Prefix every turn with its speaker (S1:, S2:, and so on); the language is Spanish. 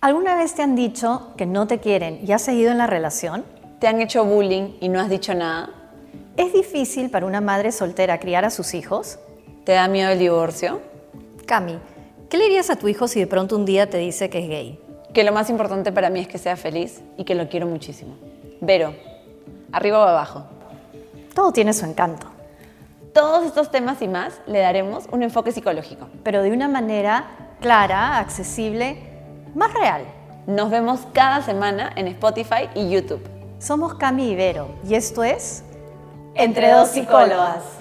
S1: ¿Alguna vez te han dicho que no te quieren y has seguido en la relación?
S2: ¿Te han hecho bullying y no has dicho nada?
S1: ¿Es difícil para una madre soltera criar a sus hijos?
S2: ¿Te da miedo el divorcio?
S1: Cami, ¿qué le dirías a tu hijo si de pronto un día te dice que es gay?
S2: Que lo más importante para mí es que sea feliz y que lo quiero muchísimo. Vero, arriba o abajo.
S1: Todo tiene su encanto,
S2: Todos estos temas y más le daremos un enfoque psicológico.
S1: pero de una manera clara, accesible, más real.
S2: Nos vemos cada semana en Spotify y YouTube.
S1: Somos Cami Ibero y esto es
S2: Entre dos psicólogas.